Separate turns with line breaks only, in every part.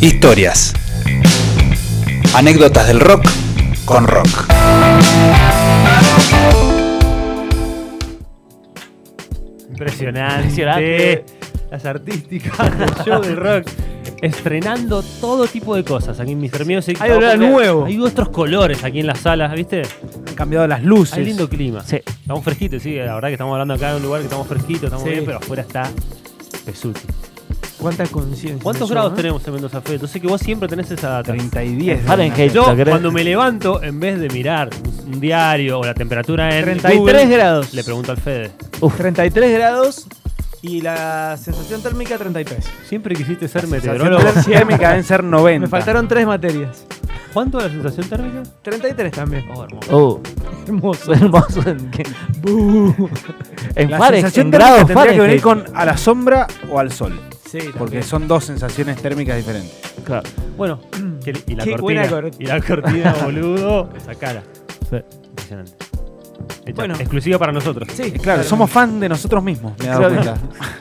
Historias. Anécdotas del rock con rock.
Impresionante.
Impresionante.
Las artísticas, el show del rock. Estrenando todo tipo de cosas aquí en Mr. Music.
Hay olor a nuevo.
Hay otros colores aquí en las salas, ¿viste?
Han cambiado las luces.
Hay lindo clima.
Sí.
Estamos fresquitos, sí. La verdad que estamos hablando acá en un lugar que estamos fresquitos, estamos
Sí.
bien, pero afuera está Pesuti.
Cuánta conciencia.
¿Cuántos
eso,
grados
¿eh?
¿no?
tenemos en Mendoza Fede? Yo sé que vos siempre tenés esa data.
30 y 10.
Fahrenheit.
Yo,
¿Lo querés?
cuando me levanto, en vez de mirar un un diario o la temperatura en
33
Google,
grados.
le pregunto al Fede.
Uf. 33 grados y la sensación térmica 33.
Siempre quisiste ser
Sensación
meteorólogo.
térmica deben ser 90.
Me faltaron tres materias.
¿Cuánto la sensación térmica?
33 también.
Oh, hermoso.
Oh,
Hermoso.
hermoso. ¿En, qué? en
La
Fahrenheit,
sensación
en
térmica
grados
tendría que venir
Fahrenheit.
con a la sombra o al sol.
Sí,
Porque son dos sensaciones térmicas diferentes.
Claro.
Bueno,
Mm.
que- y la
Qué
cortina.
buena cortina.
Y la cortina, boludo. Esa cara. Impresionante. Hecha
Bueno.
exclusiva para nosotros.
Sí,
Eh, Claro, somos fan de nosotros mismos, me he dado
Claro.
cuenta.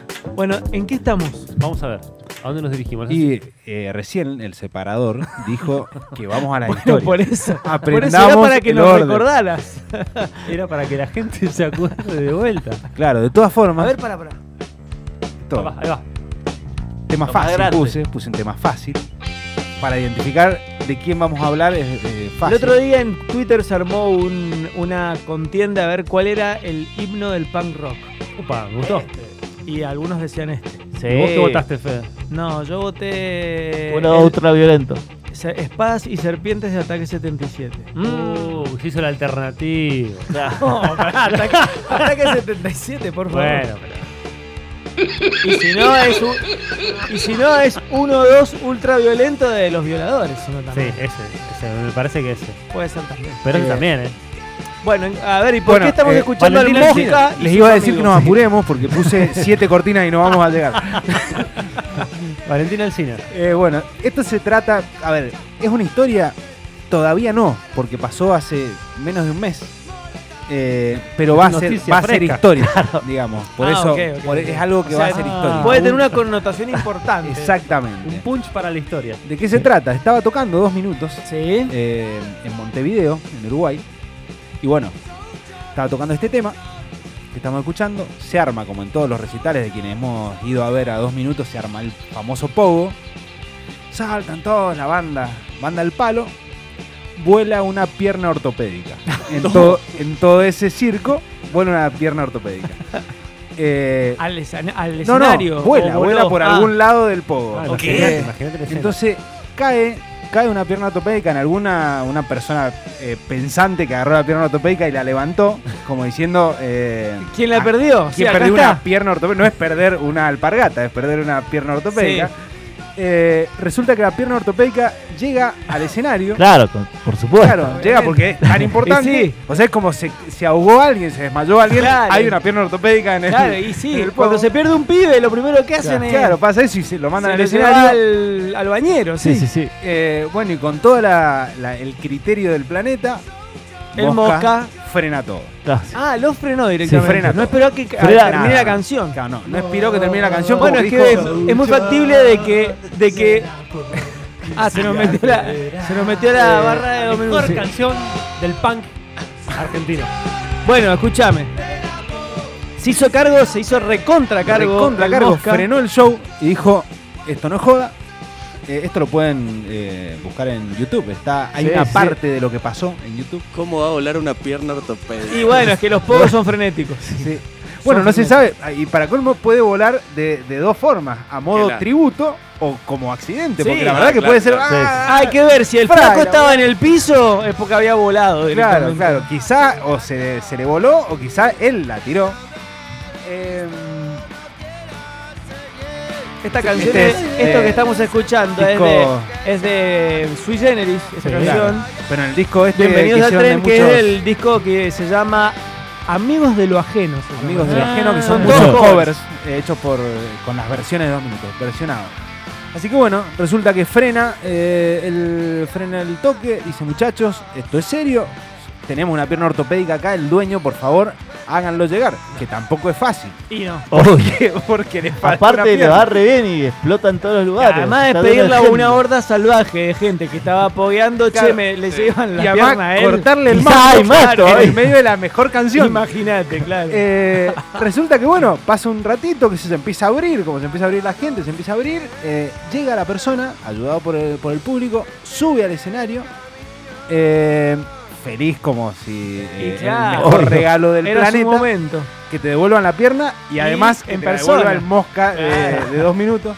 Bueno, ¿en qué estamos?
Vamos a ver. ¿A dónde nos dirigimos?
Y eh, recién el separador dijo que vamos a la
No,
historia.
por eso. Por eso
Aprendamos
era para que
el
nos
orden.
recordaras.
Era para que la gente se acuerde de vuelta.
Claro, de todas formas,
A ver, para, para.
todo.
Ahí va, ahí va.
tema
Lo más
fácil
grande.
puse, puse un tema fácil. Para identificar de quién vamos a hablar es eh,
El
fácil.
otro día en Twitter se armó un- una contienda a ver cuál era el himno del punk rock.
Upa, me gustó.
Y algunos decían este.
Sí.
¿Y ¿Vos qué votaste, Fede?
No, yo voté.
eh,
Uno
el-
ultraviolento.
se- Espadas y serpientes de Ataque 77.
Mm.
Uh, se hizo la alternativa.
No, pará, ataque, Ataque 77, por favor.
Bueno, pero.
Y si no es un, y si no es uno o dos ultraviolento de los violadores, sino
Sí,
también.
ese, ese. Me parece que ese.
Puede ser también.
Pero ese
Eh,
también, ¿eh?
Bueno, en- a ver, ¿y por
Bueno,
qué estamos
eh,
escuchando al
Valentina,
Mosca? y
Les
sus
iba a decir que
amigos?
nos apuremos porque puse siete cortinas y no vamos a llegar.
Valentina Alcina.
Eh, bueno, esto se trata. A ver, es una historia. Todavía no, porque pasó hace menos de un mes. Eh, pero va a ser,
Noticia
va a ser
fresca.
historia, digamos. Por
Ah,
eso
ok, ok,
por-
ok.
es algo que
O
va a
sea,
ser
ah,
historia.
Puede tener una connotación importante.
Un
Exactamente.
punch para la historia.
¿De qué se trata? Estaba tocando dos minutos
Sí.
eh, en Montevideo, en Uruguay. Y bueno, estaba tocando este tema que estamos escuchando. Se arma, como en todos los recitales de quienes hemos ido a ver a dos minutos, se arma el famoso pogo. Saltan todos, la banda, banda al palo. Vuela una pierna ortopédica. En, todo- en todo ese circo, vuela una pierna ortopédica. Eh,
Al, escena- al
no, no,
escenario.
vuela,
o
vuela
voló.
por
Ah,
algún lado del pogo. Eh,
Ah,
Ok.
imagínate, imagínate la escena.
Entonces cae, cae una pierna ortopédica en alguna una persona eh, pensante que agarró la pierna ortopédica y la levantó, como diciendo. eh,
¿Quién la
ah,
perdió? Sí,
¿Quién
acá
perdió
está.
una pierna ortopédica? No es perder una alpargata, es perder una pierna ortopédica.
Sí.
Eh, resulta que la pierna ortopédica llega al escenario.
Claro, con- por supuesto.
Claro, llega porque es tan importante.
Y sí.
O sea, es como se, se ahogó alguien, se desmayó alguien.
Claro.
Hay una pierna ortopédica en el.
Claro, y sí,
en el
cuando
pogo.
se pierde un pibe, lo primero que hacen
Claro,
es.
claro, pasa eso y se lo mandan
se
al
lo
escenario.
lleva al, al bañero, sí.
Sí, sí, sí.
Eh, bueno, y con todo la- la- el criterio del planeta,
El Mosca.
frena todo.
Claro, sí.
Ah, lo frenó directamente.
frena
no
todo.
esperó a que a-
Frena.
termine la canción.
Claro, no, no espiró que termine la canción.
Bueno,
como
es
dijo-
que es, es muy factible de que. De que ah, se nos metió la, se nos metió la barra de dos minutos.
Mejor canción del punk argentino.
Bueno, escúchame. Se hizo cargo, se hizo recontra cargo.
Recontra
el
cargo,
Mosca.
frenó el show y dijo, esto no es joda. Eh, esto lo pueden eh, buscar en YouTube. Está, hay
Sí,
una
sí.
parte de lo que pasó en YouTube.
¿Cómo va a volar una pierna ortopédica?
Y bueno, es que los pocos son frenéticos.
Sí. Bueno, no se sabe. ah, Y para colmo puede volar de, de dos formas. A modo
Claro.
tributo o como accidente.
Sí,
porque la verdad que
claro,
puede ser...
claro.
Sí, sí.
"Ah,
Hay que ver, si el
Fraga,
flaco estaba en
bueno.
el piso, es porque había volado.
Claro,
directamente.
claro. Quizá o se, se le voló o quizá él la tiró. Em,
Esta canción
Este
es-
es,
esto
eh,
que estamos escuchando
disco-
es de. Es de Sui Generis, esta
Sí,
canción.
claro. Pero en el disco este
Bienvenidos
que
al tren,
hicieron de
que es
muchos
el disco que se llama Amigos de lo Ajeno. se llama.
amigos del
Ah.
ajeno que son
Son
muchos
todos
covers eh, hechos por con las versiones de dos minutos, versionados. Así que bueno, resulta que frena eh, el frena el toque, dice muchachos, esto es serio. Tenemos una pierna ortopédica acá, el dueño, por favor, háganlo llegar, que tampoco es fácácil.
Y no.
Porque, porque le falta una
Aparte le
pierna.
va re bien y explota en todos los lugares.
Además
Está
de
lleno
pedirle a
gente.
una horda salvaje de gente que estaba apoyando, che, me, le llevan la
y además
pierna a él.
cortarle el
Quizá
mango
hay más
claro, en
todavía.
el medio de la mejor canción.
Imagínate, claro.
Eh, resulta que bueno, pasa un ratito que se empieza a abrir, como se empieza a abrir la gente, se empieza a abrir, eh, llega la persona, ayudado por el, por el público, sube al escenario, eh, feliz como si eh,
Y claro.
el mejor
Obvio.
regalo del
Era su
planeta,
momento.
que te devuelvan la pierna y
Y
además
en
en te
persona.
devuelva el mosca eh, de dos minutos.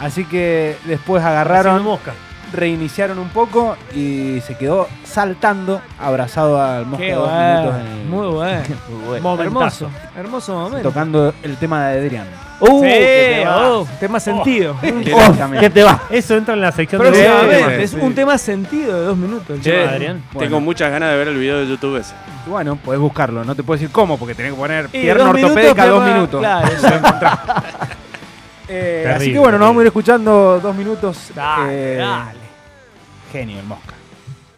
Así que después agarraron,
mosca.
reiniciaron un poco y se quedó saltando, abrazado al mosca de
Qué
dos
bueno.
minutos. en el-
Muy bueno.
Muy bueno.
Momentazo.
Hermoso. Hermoso momento.
tocando el tema de Adrián.
Uh,
Sí,
que te
oh,
va. tema sentido.
Oh, que te va.
Eso entra en la sección de
Próximamente,
Próximamente.
es un tema sentido de dos minutos. el
Che,
tema de Adrián.
Adrián.
Bueno.
Tengo muchas ganas de ver el video de YouTube ese.
Y bueno, podés buscarlo. No te puedo decir cómo, porque tenés que poner
Y
pierna
dos minutos,
ortopédica dos
pierna-
minutos.
claro,
Lo encontrás. Eh, así
Terrible,
eh, que bueno, nos vamos
terrible.
a ir escuchando dos minutos.
Dale,
eh,
dale.
Genio el mosca.